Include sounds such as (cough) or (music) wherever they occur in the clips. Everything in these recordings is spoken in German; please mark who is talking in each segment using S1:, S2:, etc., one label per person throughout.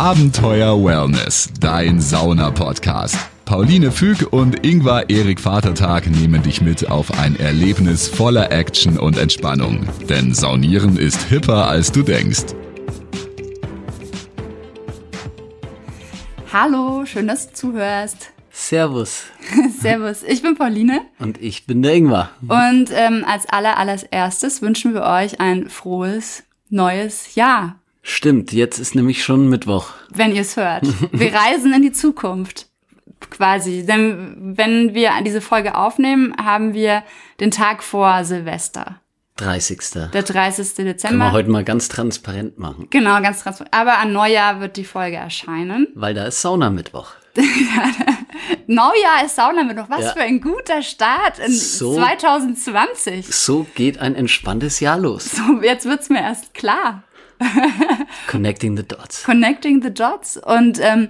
S1: Abenteuer Wellness, dein Sauna-Podcast. Pauline Füg und Ingvar Erik Vatertag nehmen dich mit auf ein Erlebnis voller Action und Entspannung. Denn Saunieren ist hipper, als du denkst.
S2: Hallo, schön, dass du zuhörst. (laughs)
S3: Servus.
S2: Servus, ich bin Pauline
S3: Und ich bin der Ingmar.
S2: und ähm, als aller, allererstes wünschen wir euch ein frohes neues Jahr,
S3: Stimmt, jetzt ist nämlich schon Mittwoch.
S2: wenn ihr es
S3: (laughs)
S2: hört. Wir reisen in die Zukunft quasi, denn wenn wir diese Folge aufnehmen, haben wir den Tag vor Silvester,
S3: 30.
S2: der 30.
S3: Können wir
S2: Dezember.
S3: heute mal ganz transparent machen.
S2: Genau, ganz transparent. Aber an Neujahr wird die Folge erscheinen.
S3: Weil da ist Saunamittwoch.
S2: Neujahr ist Saunamittwoch. Was
S3: Ja.
S2: für ein guter Start in
S3: So.
S2: 2020.
S3: So geht ein entspanntes Jahr los.
S2: So, jetzt wird's mir erst klar.
S3: Connecting the Dots.
S2: Connecting the Dots. Und ähm,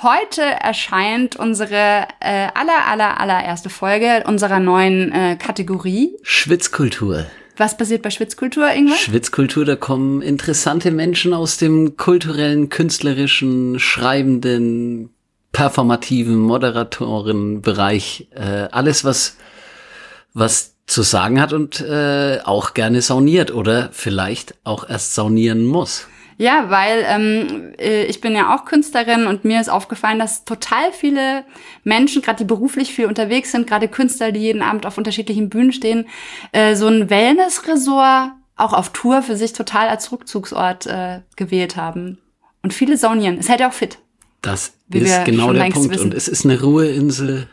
S2: heute erscheint unsere äh, aller, aller, allererste Folge unserer neuen äh, Kategorie.
S3: Schwitzkultur.
S2: Was passiert bei Schwitzkultur, irgendwas?
S3: Schwitzkultur, da kommen interessante Menschen aus dem kulturellen, künstlerischen, schreibenden, performativen, moderatoren Bereich. Äh, alles, was, was zu sagen hat und äh, auch gerne sauniert oder vielleicht auch erst saunieren muss.
S2: Ja, weil ähm, äh, ich bin ja auch Künstlerin und mir ist aufgefallen, dass total viele Menschen, gerade die beruflich viel unterwegs sind, gerade Künstler, die jeden Abend auf unterschiedlichen Bühnen stehen, äh, so ein Wellness-Resort auch auf Tour für sich total als Rückzugsort äh, gewählt haben. Und viele saunieren. Es hält ja auch fit.
S3: Das
S2: Wie wir
S3: ist genau
S2: schon
S3: der
S2: längst
S3: Punkt.
S2: wissen.
S3: Und es ist eine Ruheinsel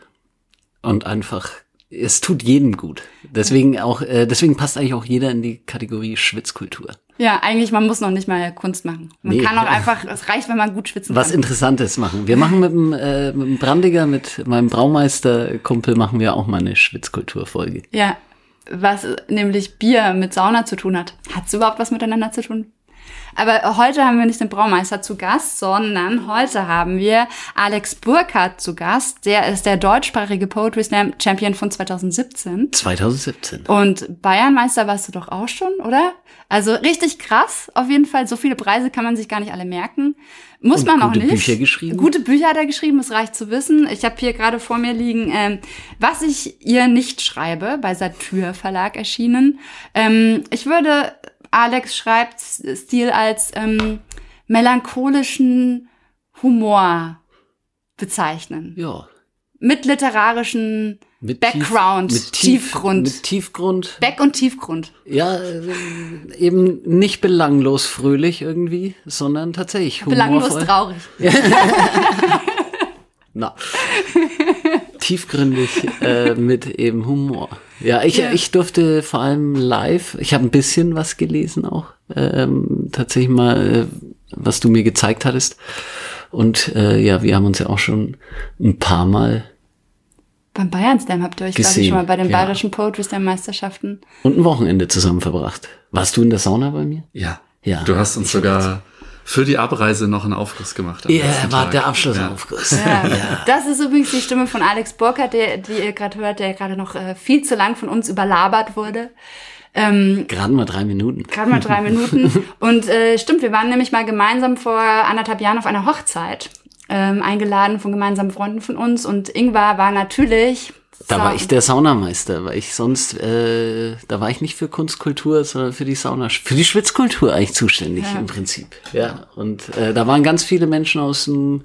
S3: und einfach, es tut jedem gut. Deswegen auch, äh, deswegen passt eigentlich auch jeder in die Kategorie Schwitzkultur.
S2: Ja, eigentlich, man muss noch nicht mal Kunst machen. Man
S3: Nee.
S2: kann auch einfach, es reicht, wenn man gut schwitzen
S3: was
S2: kann.
S3: Interessantes machen. Wir machen mit dem, äh, mit dem Brandiger, mit meinem Braumeister-Kumpel, machen wir auch mal eine Schwitzkulturfolge.
S2: Ja, was nämlich Bier mit Sauna zu tun hat. Hat's überhaupt was miteinander zu tun? Aber heute haben wir nicht den Braumeister zu Gast, sondern heute haben wir Alex Burkhardt zu Gast. Der ist der deutschsprachige Poetry Slam Champion von 2017.
S3: 2017.
S2: Und Bayernmeister warst du doch auch schon, oder? Also richtig krass, auf jeden Fall. So viele Preise kann man sich gar nicht alle merken. Muss
S3: Und
S2: man auch
S3: gute
S2: nicht.
S3: Bücher geschrieben.
S2: Gute Bücher hat er geschrieben, es reicht zu wissen. Ich habe hier gerade vor mir liegen, ähm, was ich ihr nicht schreibe, bei Satyr Verlag erschienen. Ähm, ich würde, Alex schreibt Stil als ähm, melancholischen Humor bezeichnen.
S3: Ja.
S2: Mit literarischen
S3: Mit
S2: Background,
S3: mit Tief-
S2: Tiefgrund.
S3: Mit Tiefgrund.
S2: Back- und Tiefgrund.
S3: ja, äh, eben nicht belanglos fröhlich irgendwie, sondern tatsächlich
S2: Belanglos
S3: humorvoll.
S2: traurig.
S3: Na. Tiefgründig äh, mit eben Humor. Ja, ich, ich durfte vor allem live, ich habe ein bisschen was gelesen auch, ähm, tatsächlich mal, äh, was du mir gezeigt hattest. Und äh, ja, wir haben uns ja auch schon ein paar Mal
S2: Beim Bayern Slam habt ihr euch, glaube ich,
S3: Gesehen,
S2: schon mal bei den
S3: ja.
S2: bayerischen Poetry Slam Meisterschaften.
S3: und ein Wochenende zusammen verbracht. Warst du in der Sauna bei mir?
S4: Ja.
S3: Ja.
S4: Du hast uns sogar für die Abreise noch einen Aufguss gemacht. am
S3: Ja,
S4: letzten
S3: war
S4: Tag.
S3: der Abschluss
S4: Ja.
S2: Ja. Das ist übrigens die Stimme von Alex Burkhardt, der, die ihr gerade hört, der gerade noch äh, viel zu lang von uns überlabert wurde. Ähm,
S3: (laughs) Gerade mal drei Minuten.
S2: gerade mal
S3: (laughs)
S2: drei Minuten. Und äh, stimmt, wir waren nämlich mal gemeinsam vor anderthalb Jahren auf einer Hochzeit ähm, eingeladen von gemeinsamen Freunden von uns. Und Ingvar war natürlich.
S3: Da
S2: Sau-
S3: war ich der Saunameister, weil ich sonst, äh, da war ich nicht für Kunstkultur, sondern für die Sauna, für die Schwitzkultur eigentlich zuständig im Prinzip. Ja. Und äh, da waren ganz viele Menschen aus dem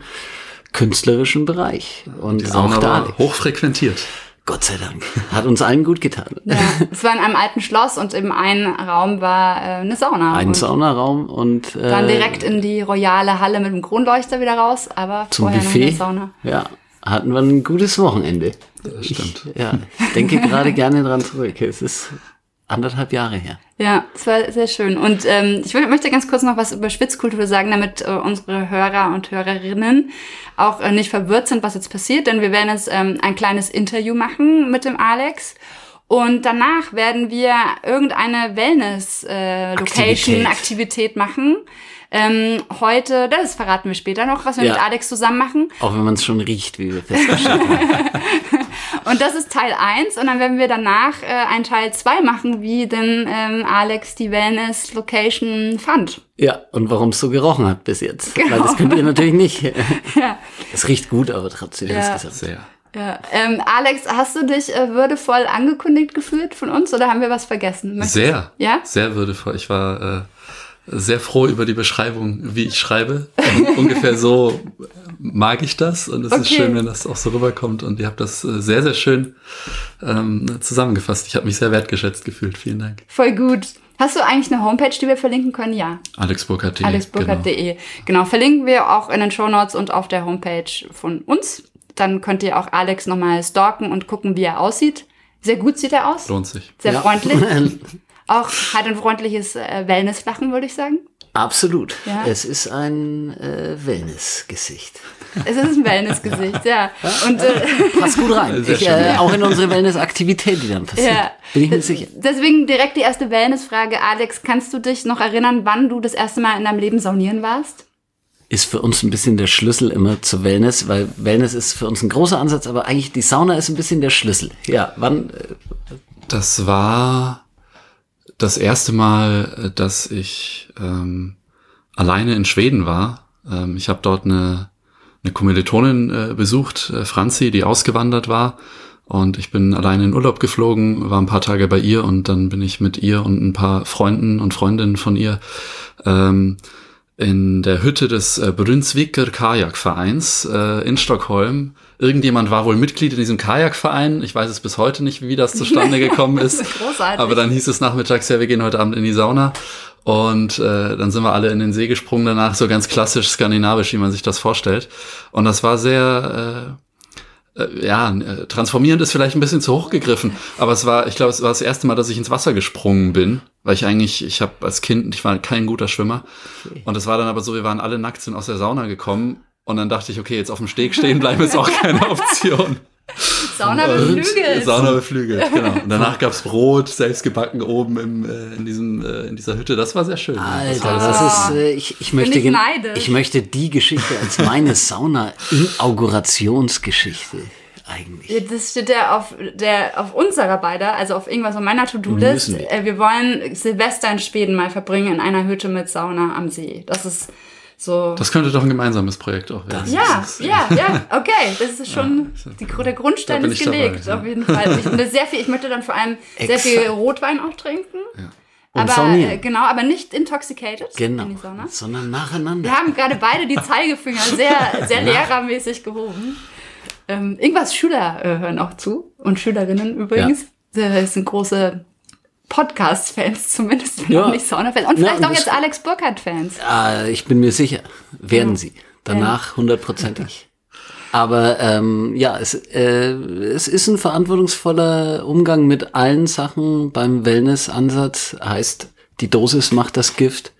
S3: künstlerischen Bereich und
S4: Die
S3: auch
S4: Sauna
S3: da.
S4: war hochfrequentiert.
S3: Gott sei Dank. Hat uns allen gut getan.
S2: Ja, es war in einem alten Schloss und im einen Raum war äh, eine Sauna.
S3: Ein
S2: und
S3: Saunaraum und äh,
S2: Dann direkt in die royale Halle mit dem Kronleuchter wieder raus, aber
S3: zum
S2: vorher noch in
S3: Buffet.
S2: der Sauna.
S3: Ja. Hatten wir ein gutes Wochenende.
S4: Das stimmt.
S3: Ja. Ich denke gerade gerne dran zurück. Es ist anderthalb Jahre her.
S2: Ja, es war sehr schön. Und ähm, ich wür- möchte ganz kurz noch was über Schwitzkultur sagen, damit äh, unsere Hörer und Hörerinnen auch äh, nicht verwirrt sind, was jetzt passiert. Denn wir werden jetzt ähm, ein kleines Interview machen mit dem Alex. Und danach werden wir irgendeine Wellness-Location-Aktivität
S3: Aktivität.
S2: machen. Ähm, heute, das verraten wir später noch, was wir
S3: Ja.
S2: mit Alex zusammen machen.
S3: Auch wenn man es schon riecht, wie wir festgestellt haben.
S2: Und das ist Teil 1 und dann werden wir danach äh, einen Teil 2 machen, wie denn ähm, Alex die Wellness Location fand.
S3: Ja, und warum es so gerochen hat bis jetzt.
S2: Genau.
S3: Weil das könnt ihr natürlich nicht.
S2: (laughs) Ja.
S3: Es riecht gut, aber trotzdem
S2: Ja.
S3: insgesamt.
S4: Sehr.
S2: Ja. Ähm, Alex, hast du dich äh, würdevoll angekündigt gefühlt von uns oder haben wir was vergessen? Möchtest-
S4: Sehr.
S2: Ja?
S4: Sehr würdevoll. Ich war äh, sehr froh über die Beschreibung, wie ich schreibe. Und ungefähr so mag ich das. Und es ist
S2: Okay.
S4: schön, wenn das auch so rüberkommt. Und ihr habt das äh, sehr, sehr schön ähm, zusammengefasst. Ich habe mich sehr wertgeschätzt gefühlt. Vielen Dank.
S2: Voll gut. Hast du eigentlich eine Homepage, die wir verlinken können? Ja.
S4: Alexburger.de.
S2: alexburkert.de. Genau. verlinken wir auch in den Shownotes und auf der Homepage von uns. Dann könnt ihr auch Alex nochmal stalken und gucken, wie er aussieht. Sehr gut sieht er aus.
S4: Genau. Lohnt sich.
S2: Sehr
S3: Ja.
S2: freundlich. Auch hat ein freundliches äh, Wellnesslachen, würde ich sagen.
S3: (laughs) Absolut.
S2: Ja.
S3: Es ist ein äh, Wellness-Gesicht.
S2: Es ist ein Wellnessgesicht, ja. Und äh,
S3: Passt gut rein.
S4: (laughs) Sehr
S3: Ich,
S4: schön,
S3: äh, auch in unsere Wellness-Aktivität, die dann passiert.
S2: ja.
S3: Bin ich mir sicher.
S2: Deswegen direkt die erste Wellnessfrage. Alex, kannst du dich noch erinnern, wann du das erste Mal in deinem Leben saunieren warst?
S3: Ist für uns ein bisschen der Schlüssel immer zu Wellness, weil Wellness ist für uns ein großer Ansatz, aber eigentlich die Sauna ist ein bisschen der Schlüssel. Ja, wann? Äh,
S4: Das war das erste Mal, äh, dass ich ähm, alleine in Schweden war. Ähm, ich habe dort eine, eine Kommilitonin äh, besucht, äh, Franzi, die ausgewandert war. Und ich bin alleine in Urlaub geflogen, war ein paar Tage bei ihr und dann bin ich mit ihr und ein paar Freunden und Freundinnen von ihr ähm, in der Hütte des äh, Brünsviker Kajakvereins äh, in Stockholm. Irgendjemand war wohl Mitglied in diesem Kajakverein. Ich weiß es bis heute nicht, wie das (laughs) zustande gekommen ist.
S2: großartig.
S4: Aber dann hieß es nachmittags, ja, wir gehen heute Abend in die Sauna. Und äh, dann sind wir alle in den See gesprungen danach, so ganz klassisch skandinavisch, wie man sich das vorstellt. Und das war sehr... Äh, äh, ja, äh, transformierend ist vielleicht ein bisschen zu hoch gegriffen, aber es war, ich glaube, es war das erste Mal, dass ich ins Wasser gesprungen bin, weil ich eigentlich, ich habe als Kind, ich war kein guter Schwimmer und es war dann aber so, wir waren alle nackt, sind aus der Sauna gekommen und dann dachte ich, okay, jetzt auf dem Steg stehen bleiben
S2: (laughs)
S4: ist auch keine Option.
S2: Sauna
S4: Und-
S2: beflügelt.
S4: Sauna beflügelt, genau.
S2: (laughs)
S4: Und danach gab's Brot, selbst gebacken oben im, äh, in, diesem, äh, in dieser Hütte, das war sehr schön. das war
S3: Alter,
S4: das
S3: das ist, äh, ich, ich, möchte
S2: ich
S3: gen-
S2: neidisch.
S3: ich möchte die Geschichte als meine
S2: (laughs)
S3: Sauna-Inaugurationsgeschichte eigentlich.
S2: Ja, Das steht ja auf, der, auf unserer beider, also auf irgendwas von meiner To-Do-List.
S3: Müssen wir.
S2: Äh, wir wollen Silvester in Schweden mal verbringen in einer Hütte mit Sauna am See. Das ist so.
S4: das könnte doch ein gemeinsames Projekt auch werden.
S2: ja,
S4: Das ist-
S2: ja, ja, okay. Das ist schon, die, der Grundstein
S4: Da bin
S2: ist
S4: ich dabei,
S2: gelegt,
S4: ja.
S2: auf jeden Fall. Ich, bin sehr viel, ich möchte dann vor allem sehr viel
S3: Exakt.
S2: Rotwein auch trinken.
S3: Und
S2: Aber,
S3: saunieren.
S2: äh, genau, aber nicht intoxicated
S3: Genau,
S2: in die Sauna.
S3: sondern nacheinander.
S2: Wir haben gerade beide die Zeigefinger sehr, sehr lehrermäßig gehoben. Ähm, irgendwas Schüler äh, hören auch zu und Schülerinnen übrigens. Äh, Es sind große Podcast-Fans (laughs) zumindest, wenn
S3: Ja.
S2: auch nicht Sauna-Fans. Und
S3: Ja,
S2: vielleicht
S3: und
S2: auch
S3: das-
S2: jetzt Alex Burkhardt-Fans.
S3: Ah, ich bin mir sicher, werden sie.
S2: (laughs)
S3: Danach hundertprozentig. Aber ähm, ja, es, äh, es ist ein verantwortungsvoller Umgang mit allen Sachen beim Wellness-Ansatz. Heißt, die Dosis macht das Gift.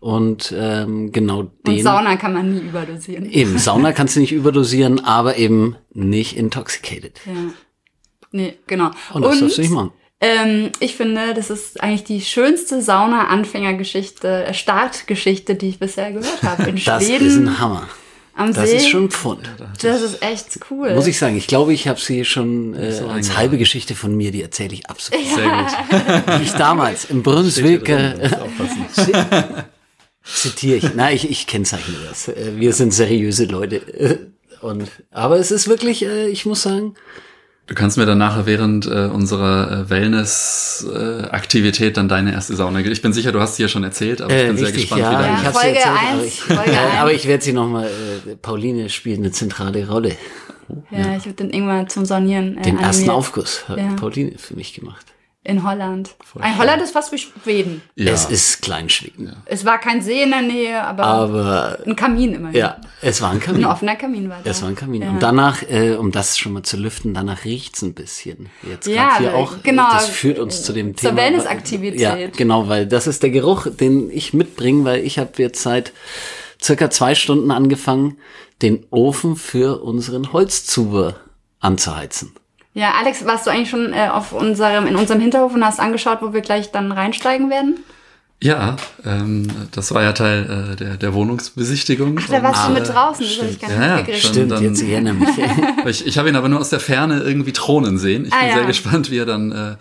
S3: Und ähm, genau
S2: Und
S3: den.
S2: Sauna kann man nie überdosieren.
S3: Eben, Sauna kannst du nicht überdosieren, aber eben nicht intoxicated.
S2: Ja. Nee, genau.
S3: Und Oh, das darfst du nicht machen.
S2: Ähm, ich finde, das ist eigentlich die schönste Sauna-Anfängergeschichte, äh, Startgeschichte, die ich bisher gehört habe. In
S3: (laughs) Das
S2: Schweden
S3: ist ein Hammer.
S2: am
S3: Das
S2: See.
S3: ist schon ein Pfund.
S2: das ist echt cool.
S3: Muss ich sagen, ich glaube, ich habe sie schon äh, als
S4: eingeladen.
S3: halbe Geschichte von mir, die erzähle ich ab sofort.
S4: Sehr gut.
S3: Wie ich damals im
S4: Steht hier drin,
S3: Brunswilke
S4: muss
S3: (laughs)
S4: aufpassen.
S3: zitiere ich. Na, ich, ich kennzeichne das. Äh, Wir sind seriöse Leute. Äh, Und, aber es ist wirklich, äh, ich muss sagen,
S4: Du kannst mir dann nachher während äh, unserer äh, Wellness-Aktivität dann deine erste Sauna geben. Ich bin sicher, du hast sie ja schon erzählt, aber ich
S3: äh,
S4: bin sehr
S3: richtig,
S4: gespannt,
S3: ja,
S4: wie deine
S3: ich habe sie
S2: Folge
S3: erzählt, aber
S2: eins,
S3: ich,
S2: Folge
S3: äh,
S2: eins.
S3: (laughs) aber ich werde sie nochmal, äh, Pauline spielt eine zentrale Rolle.
S2: Ja, ich habe den irgendwann zum Sonieren äh,
S3: Den ersten
S2: animiert.
S3: Aufguss hat
S2: Ja.
S3: Pauline für mich gemacht.
S2: in Holland. Ein
S4: schön.
S2: Holland ist fast wie Schweden.
S4: ja.
S3: Es ist Kleinschweden,
S2: Es war kein See in der Nähe, aber
S3: aber
S2: ein Kamin immerhin.
S3: ja, es war ein
S2: Ein
S3: Kamin.
S2: offener Kamin war da.
S3: Es war ein Kamin.
S2: Ja.
S3: Und danach, äh, um das schon mal zu lüften, danach riecht's ein bisschen. Jetzt
S2: Ja,
S3: ja, hier auch.
S2: genau.
S3: Das führt uns zu dem
S2: Zur
S3: Thema.
S2: Wellnessaktivität.
S3: Ja, genau, weil das ist der Geruch, den ich mitbringe, weil ich habe jetzt seit circa zwei Stunden angefangen, den Ofen für unseren Holzzuber anzuheizen.
S2: ja, Alex, warst du eigentlich schon äh, auf unserem, in unserem Hinterhof und hast angeschaut, wo wir gleich dann reinsteigen werden?
S4: Ja, ähm, das war ja Teil äh, der, der Wohnungsbesichtigung.
S2: Ach, da warst du
S4: Und,
S2: mit
S4: äh,
S2: draußen, das habe ich gar nicht
S4: Ja, ja,
S2: mitgegriffen.
S4: stimmt.
S3: Ah, Stimmt,
S4: dann-
S3: jetzt ich erinnere mich.
S4: Ich, ich habe ihn aber nur aus der Ferne irgendwie Thronen sehen. Ich
S2: Ah,
S4: bin
S2: ja.
S4: sehr gespannt, wie er dann äh,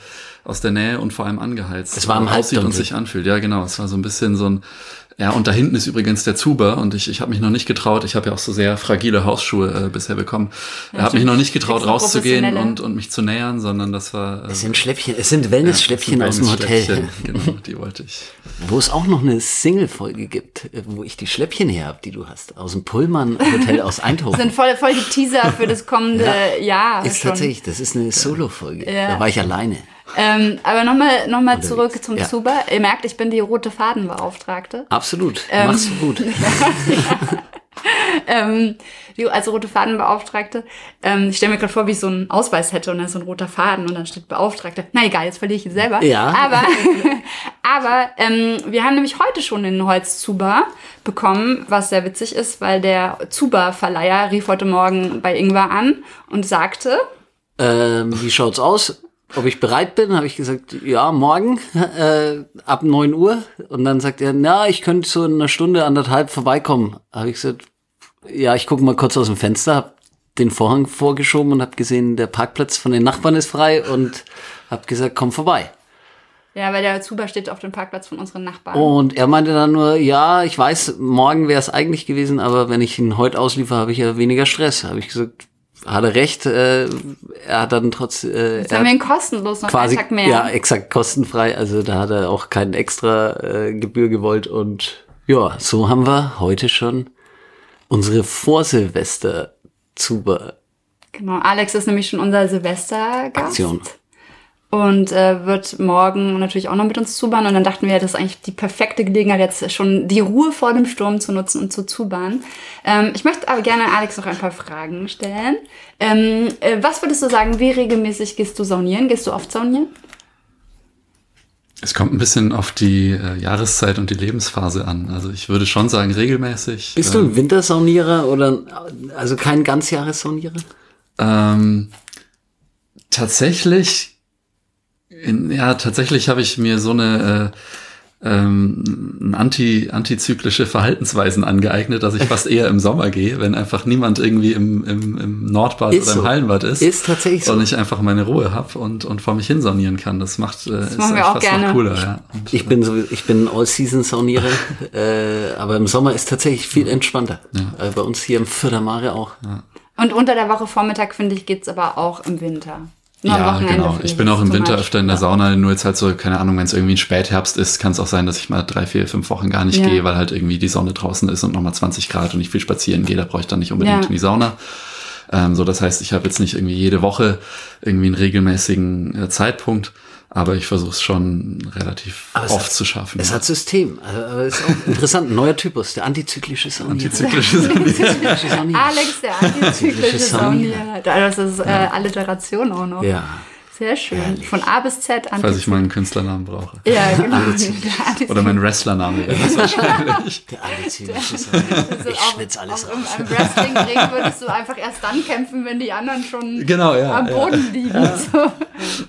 S4: aus der Nähe und vor allem angeheizt
S3: Es war im
S4: aussieht und
S3: Halbdunkel.
S4: sich anfühlt. Ja, genau. Es war so ein bisschen so ein. Ja, und da hinten ist übrigens der Zuber und ich, ich habe mich noch nicht getraut. Ich habe ja auch so sehr fragile Hausschuhe äh, bisher bekommen. Er hat mich noch nicht getraut,
S2: Extra
S4: rauszugehen
S2: professionelle.
S4: und, und mich zu nähern, sondern das war.
S3: (laughs)
S4: Äh,
S3: Es sind Schläppchen, es sind Wellness-Schläppchen aus dem Hotel,
S4: Wellness-Schläppchen. (laughs) Genau, die wollte ich.
S3: wo es auch noch eine Single-Folge gibt, äh, wo ich die Schläppchen her habe, die du hast, aus dem
S2: (laughs)
S3: Pullman-Hotel aus Eindhoven.
S2: sind voll, voll die Teaser für das kommende Jahr.
S3: ist
S2: schon.
S3: tatsächlich, das ist eine Solo-Folge.
S2: Ja.
S3: Da war ich alleine.
S2: Ähm, aber nochmal noch mal zurück zum
S3: Ja.
S2: Zuber. Ihr merkt, ich bin die rote Fadenbeauftragte.
S3: Absolut, machst du gut.
S2: Ähm, die- als rote Fadenbeauftragte. Ähm, ich stelle mir gerade vor, wie ich so einen Ausweis hätte und dann ist so ein roter Faden und dann steht Beauftragte. Na egal, jetzt verliere ich ihn selber.
S3: Ja. (laughs)
S2: Aber, aber ähm, wir haben nämlich heute schon den Holzzuber bekommen, was sehr witzig ist, weil der Zuber-Verleiher rief heute Morgen bei Ingwer an und sagte,
S3: Ähm, wie schaut's aus? Ob ich bereit bin? Habe ich gesagt, ja, morgen (laughs) äh, ab 9 Uhr. Und dann sagt er, na, ich könnte so in einer Stunde, anderthalb vorbeikommen. Habe ich gesagt, ja, ich gucke mal kurz aus dem Fenster, habe den Vorhang vorgeschoben und habe gesehen, der Parkplatz von den Nachbarn ist frei und habe gesagt, komm vorbei.
S2: ja, weil der Zuber steht auf dem Parkplatz von unseren Nachbarn.
S3: Und er meinte dann nur, ja, ich weiß, morgen wäre es eigentlich gewesen, aber wenn ich ihn heute ausliefer, habe ich ja weniger Stress. Habe ich gesagt, hat er recht. Äh, er hat dann trotz... Äh,
S2: Jetzt
S3: er
S2: haben
S3: hat-
S2: wir ihn kostenlos noch
S3: quasi
S2: einen Tag mehr.
S3: ja exakt kostenfrei. Also da hat er auch keinen extra äh, Gebühr gewollt und ja, so haben wir heute schon unsere Vorsilvester Zuber
S2: Genau, Alex ist nämlich schon unser Silvestergast
S3: Aktion.
S2: und äh, wird morgen natürlich auch noch mit uns zubahnen. Und dann dachten wir, das ist eigentlich die perfekte Gelegenheit, jetzt schon die Ruhe vor dem Sturm zu nutzen und zu zubahnen. Ähm, ich möchte aber gerne Alex noch ein paar Fragen stellen. Ähm, äh, was würdest du sagen, wie regelmäßig gehst du saunieren? Gehst du oft saunieren?
S4: Es kommt ein bisschen auf die äh, Jahreszeit und die Lebensphase an. Also ich würde schon sagen, regelmäßig.
S3: Bist
S4: äh,
S3: du ein Wintersaunierer oder also kein Ganzjahressaunierer?
S4: Ähm, tatsächlich, in, ja, tatsächlich habe ich mir so eine äh, ähm, anti, antizyklische Verhaltensweisen angeeignet, dass ich fast eher im Sommer gehe, wenn einfach niemand irgendwie im, im, im Nordbad
S3: Ist
S4: oder im
S3: so.
S4: Hallenbad ist.
S3: Ist tatsächlich so.
S4: Und ich einfach meine Ruhe habe und, und vor mich hin sonieren kann. Das macht äh, ist
S2: machen wir
S4: eigentlich
S2: auch
S4: fast
S2: gerne.
S4: noch cooler. Ja. Und,
S3: Ich bin so ich bin All-Season
S4: (laughs)
S3: Saunierer, äh, aber im Sommer ist tatsächlich viel entspannter. Äh, bei uns hier im Fördermare auch.
S2: Und unter der Woche Vormittag, finde ich, geht's aber auch im Winter. Nur am
S4: Ja,
S2: Wochenende,
S4: genau.
S2: finde
S4: Ich bin auch
S2: ist
S4: im
S2: too
S4: Winter
S2: much.
S4: öfter in der Sauna, nur jetzt halt so, keine Ahnung, wenn es irgendwie ein Spätherbst ist, kann es auch sein, dass ich mal drei, vier, fünf Wochen gar nicht
S2: Ja.
S4: gehe, weil halt irgendwie die Sonne draußen ist und nochmal 20 Grad und ich viel spazieren gehe, da brauche ich dann nicht unbedingt
S2: Ja.
S4: in die Sauna. Ähm, so, das heißt, ich habe jetzt nicht irgendwie jede Woche irgendwie einen regelmäßigen äh, Zeitpunkt, aber ich versuche es schon relativ
S3: Aber es
S4: oft
S3: hat-
S4: zu schaffen.
S3: Es
S4: ja.
S3: hat System. Also, aber ist auch
S4: (laughs)
S3: interessant. Ein neuer Typus, der antizyklische Saunierer. (laughs)
S4: Antizyklische Sauna.
S3: Antizyklische Saunierer.
S2: Alex, der antizyklische
S3: (laughs) Zyklische
S2: Saunierer. Das ist äh, Alliteration auch noch.
S3: Ja.
S2: Sehr schön. Von A bis Z an.
S4: falls ich meinen Künstlernamen brauche.
S2: Ja, genau. (laughs)
S4: Oder meinen Wrestlernamen. wäre das wahrscheinlich.
S3: Der antizyklische Saunierer. Ich schwitz alles
S2: Im,
S3: raus.
S2: Im
S3: (laughs)
S2: Wrestling-Ring würdest du einfach erst dann kämpfen, wenn die anderen schon
S4: Genau, ja,
S2: am
S4: ja. (laughs)
S2: Boden liegen. So.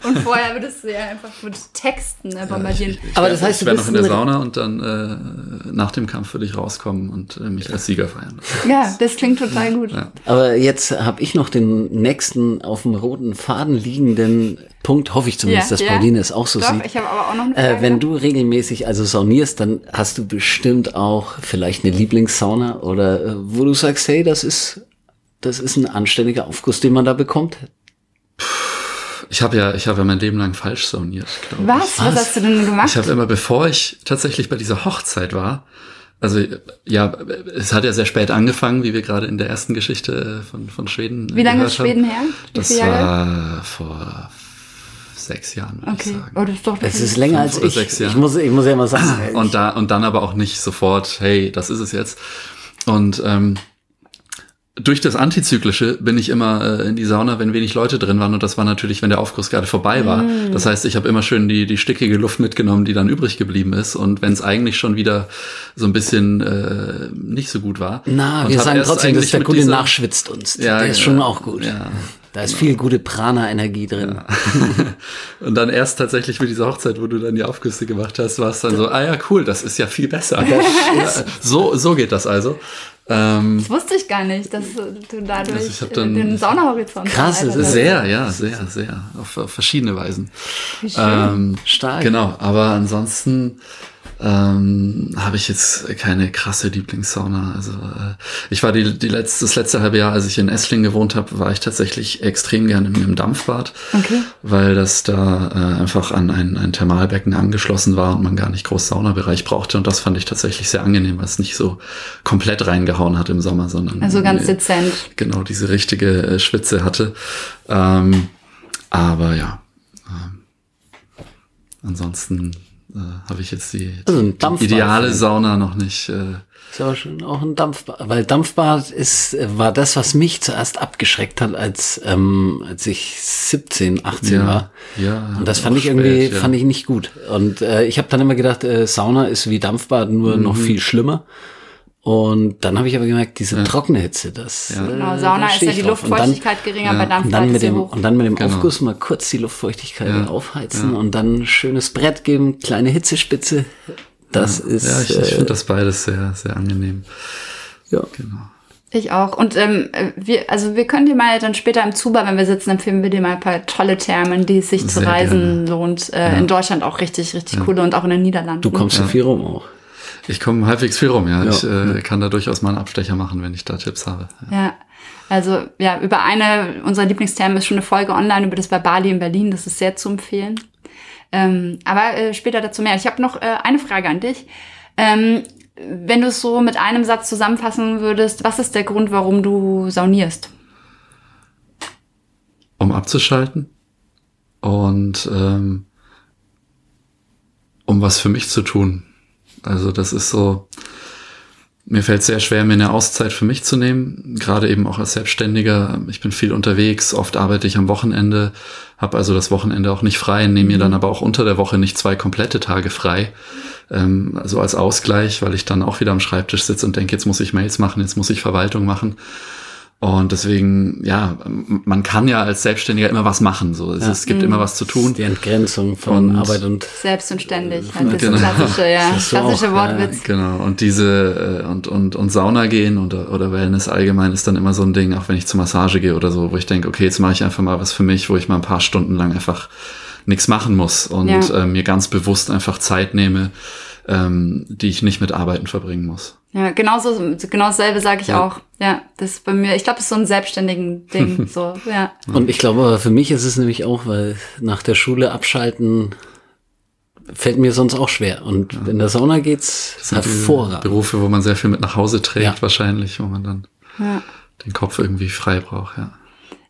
S2: Und vorher würdest du ja einfach mit Texten ne, bombardieren.
S3: Aber das heißt,
S4: Äh, ich
S3: du
S4: wäre
S3: bist
S4: noch in der
S3: ein-
S4: Sauna und dann äh, nach dem Kampf würde ich rauskommen und äh, mich als Sieger feiern.
S2: ja, das klingt total gut.
S3: (laughs) Aber jetzt habe ich noch den nächsten auf dem roten Faden liegenden Punkt, hoffe ich zumindest,
S2: Ja,
S3: dass
S2: ja.
S3: Pauline es auch so
S2: Doch,
S3: sieht.
S2: ich habe aber auch noch eine Frage.
S3: äh, wenn du regelmäßig also saunierst, dann hast du bestimmt auch vielleicht eine Lieblingssauna oder äh, wo du sagst, hey, das ist das ist ein anständiger Aufguss, den man da bekommt.
S4: Ich habe ja, ich habe ja mein Leben lang falsch sauniert, glaube ich.
S2: was? was?
S3: was?
S2: hast du denn
S4: Ich
S2: gemacht?
S4: habe immer, bevor ich tatsächlich bei dieser Hochzeit war, also ja, es hat ja sehr spät angefangen, wie wir gerade in der ersten Geschichte äh, von, von Schweden. äh,
S2: Wie lange
S4: gehört
S2: ist Schweden
S4: haben.
S2: her? Wie
S4: Das
S2: viele Jahre?
S4: war vor sechs Jahren, würde ich
S2: Okay.
S4: sagen.
S2: Oh, das ist doch
S3: Es ist länger
S4: Mhm. Fünf
S3: als
S4: oder
S3: ich.
S4: sechs Jahre.
S3: ich muss ich muss ja mal sagen.
S4: (clears throat)
S3: äh,
S4: und da und dann aber auch nicht sofort, hey, das ist es jetzt. Und ähm, durch das Antizyklische bin ich immer äh, in die Sauna, wenn wenig Leute drin waren. Und das war natürlich, wenn der Aufguss gerade vorbei war.
S3: Mm.
S4: Das heißt, ich habe immer schön die, die stickige Luft mitgenommen, die dann übrig geblieben ist. Und wenn es eigentlich schon wieder so ein bisschen äh, nicht so gut war.
S3: Na,
S4: Und
S3: wir
S4: hab
S3: sagen
S4: erst
S3: trotzdem, dass
S4: eigentlich
S3: der
S4: mit
S3: Gute
S4: dieser-
S3: nachschwitzt uns. der ist schon
S4: äh,
S3: auch gut.
S4: Ja.
S3: Da ist viel gute Prana-Energie drin.
S4: (laughs) Und dann erst tatsächlich mit dieser Hochzeit, wo du dann die Aufgüsse gemacht hast, war es dann so, ah ja, cool, das ist ja viel besser. Ja, so, so geht das also. Ähm,
S2: Das wusste ich gar nicht, dass du dadurch
S4: Also ich hab dann-
S2: äh, den Saunahorizont
S3: Krass, das
S2: erweitert hast.
S3: ist
S4: sehr, ja, sehr, sehr. Auf, auf verschiedene Weisen.
S2: Wie schön.
S4: Ähm,
S3: Stark.
S4: Genau, aber ansonsten ähm, habe ich jetzt keine krasse Lieblingssauna. Also äh, ich war die, die letzte, das letzte halbe Jahr, als ich in Esslingen gewohnt habe, war ich tatsächlich extrem gerne im Dampfbad,
S2: Okay.
S4: weil das da äh, einfach an ein, ein Thermalbecken angeschlossen war und man gar nicht groß Saunabereich brauchte. Und das fand ich tatsächlich sehr angenehm, weil es nicht so komplett reingehauen hat im Sommer, sondern
S2: also ganz
S4: äh,
S2: dezent.
S4: genau diese richtige äh, Schwitze hatte. Ähm, aber ja, ähm, ansonsten äh, habe ich jetzt die,
S3: Also ein
S4: die
S3: Dampfbad.
S4: ideale Sauna noch nicht. Äh,
S3: Ist aber schon auch ein Dampfbad. Weil Dampfbad ist, äh, war das, was mich zuerst abgeschreckt hat, als, ähm, als ich 17, 18 war.
S4: ja.
S3: Und das
S4: auch
S3: fand ich irgendwie,
S4: spät, ja.
S3: fand ich nicht gut. Und äh, ich habe dann immer gedacht, äh, Sauna ist wie Dampfbad, nur noch
S4: Mhm.
S3: viel schlimmer. Und dann habe ich aber gemerkt, diese trockene Hitze, das
S4: Ja.
S3: äh,
S2: Genau,
S3: da
S2: Sauna ist
S3: steh
S2: ja
S3: ich
S2: die
S3: drauf. Und dann-
S2: Luftfeuchtigkeit geringer,
S4: ja,
S2: bei
S4: und
S2: Dampf
S3: Und dann, mit
S2: sie
S3: dem,
S2: hoch.
S3: und dann mit dem
S4: Genau.
S3: Aufguss mal kurz die Luftfeuchtigkeit
S4: Ja.
S3: aufheizen und dann schönes Brett geben, kleine Hitzespitze. Das ist
S4: ja, ich, ich
S3: äh,
S4: finde das beides sehr, sehr angenehm.
S3: ja.
S4: genau.
S2: Ich auch. Und ähm, äh, wir, also wir können dir mal dann später im Zuba, wenn wir sitzen, empfehlen wir dir mal ein paar tolle Thermen, die es sich zu
S4: Sehr
S2: reisen lohnt. Äh, In Deutschland auch richtig, richtig coole und auch in den Niederlanden.
S3: Du kommst so viel rum auch.
S4: Ich komme halbwegs viel rum, ja.
S3: Ja.
S4: Ich äh, kann da durchaus mal einen Abstecher machen, wenn ich da Tipps habe.
S2: Ja. Also ja, über eine unserer Lieblingsthermen ist schon eine Folge online über das bei Bali in Berlin. Das ist sehr zu empfehlen. Ähm, aber äh, später dazu mehr. Ich habe noch äh, eine Frage an dich. Ähm, wenn du es so mit einem Satz zusammenfassen würdest, was ist der Grund, warum du saunierst?
S4: um abzuschalten und ähm, um was für mich zu tun. Also das ist so, mir fällt sehr schwer, mir eine Auszeit für mich zu nehmen, gerade eben auch als Selbstständiger. Ich bin viel unterwegs, oft arbeite ich am Wochenende, habe also das Wochenende auch nicht frei, nehme mir dann aber auch unter der Woche nicht zwei komplette Tage frei, ähm, also als Ausgleich, weil ich dann auch wieder am Schreibtisch sitze und denke, jetzt muss ich Mails machen, jetzt muss ich Verwaltung machen. Und deswegen, ja, m- man kann ja als Selbstständiger immer was machen. So. Es, es gibt immer was zu tun.
S3: Die Entgrenzung von
S4: Und-
S3: Arbeit und
S2: Selbst und ständig. Halt das
S4: Genau.
S2: klassische, ja,
S3: Das ist so auch,
S2: klassische
S3: ja.
S2: Wortwitz.
S4: Genau. Und diese äh, und, und, und Sauna gehen oder, oder Wellness allgemein ist dann immer so ein Ding, auch wenn ich zur Massage gehe oder so, wo ich denke, okay, jetzt mache ich einfach mal was für mich, wo ich mal ein paar Stunden lang einfach nichts machen muss und
S2: Ja.
S4: äh, mir ganz bewusst einfach Zeit nehme, ähm, die ich nicht mit Arbeiten verbringen muss.
S2: Ja, genauso, genau dasselbe sage ich
S4: Ja.
S2: auch. Ja, das ist bei mir, ich glaube, das ist so ein selbstständigen
S3: (laughs)
S2: Ding, so, ja.
S3: Und ich glaube, aber für mich ist es nämlich auch, weil nach der Schule abschalten fällt mir sonst auch schwer. Und in der Sauna geht's
S4: sind diese
S3: hervorragend.
S4: äh, Berufe, wo man sehr viel mit nach Hause trägt,
S3: Ja.
S4: wahrscheinlich, wo man dann
S2: Ja.
S4: den Kopf irgendwie frei braucht, ja.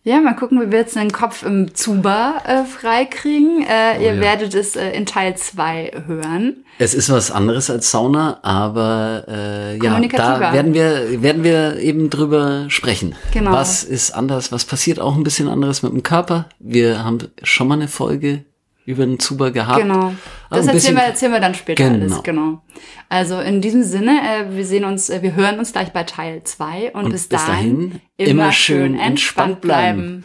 S2: Ja, mal gucken, wie wir jetzt den Kopf im Zuba äh, freikriegen.
S3: Oh
S2: Äh, ihr
S4: ja.
S2: werdet es äh, in Teil 2 hören.
S3: Es ist was anderes als Sauna, aber äh, ja,
S2: Kommunikativer.
S3: da werden wir werden wir eben drüber sprechen.
S2: Genau.
S3: Was ist anders? Was passiert auch ein bisschen anderes mit dem Körper? Wir haben schon mal eine Folge über den Zuber gehabt.
S2: Genau. Das
S3: Aber Ah, ein
S2: erzählen
S3: bisschen-
S2: wir, erzählen wir dann später
S3: Genau.
S2: alles, genau. Also in diesem Sinne, äh, wir sehen uns, äh, wir hören uns gleich bei Teil 2 und,
S3: Und
S2: bis
S3: bis
S2: dahin,
S3: dahin immer schön entspannt bleiben.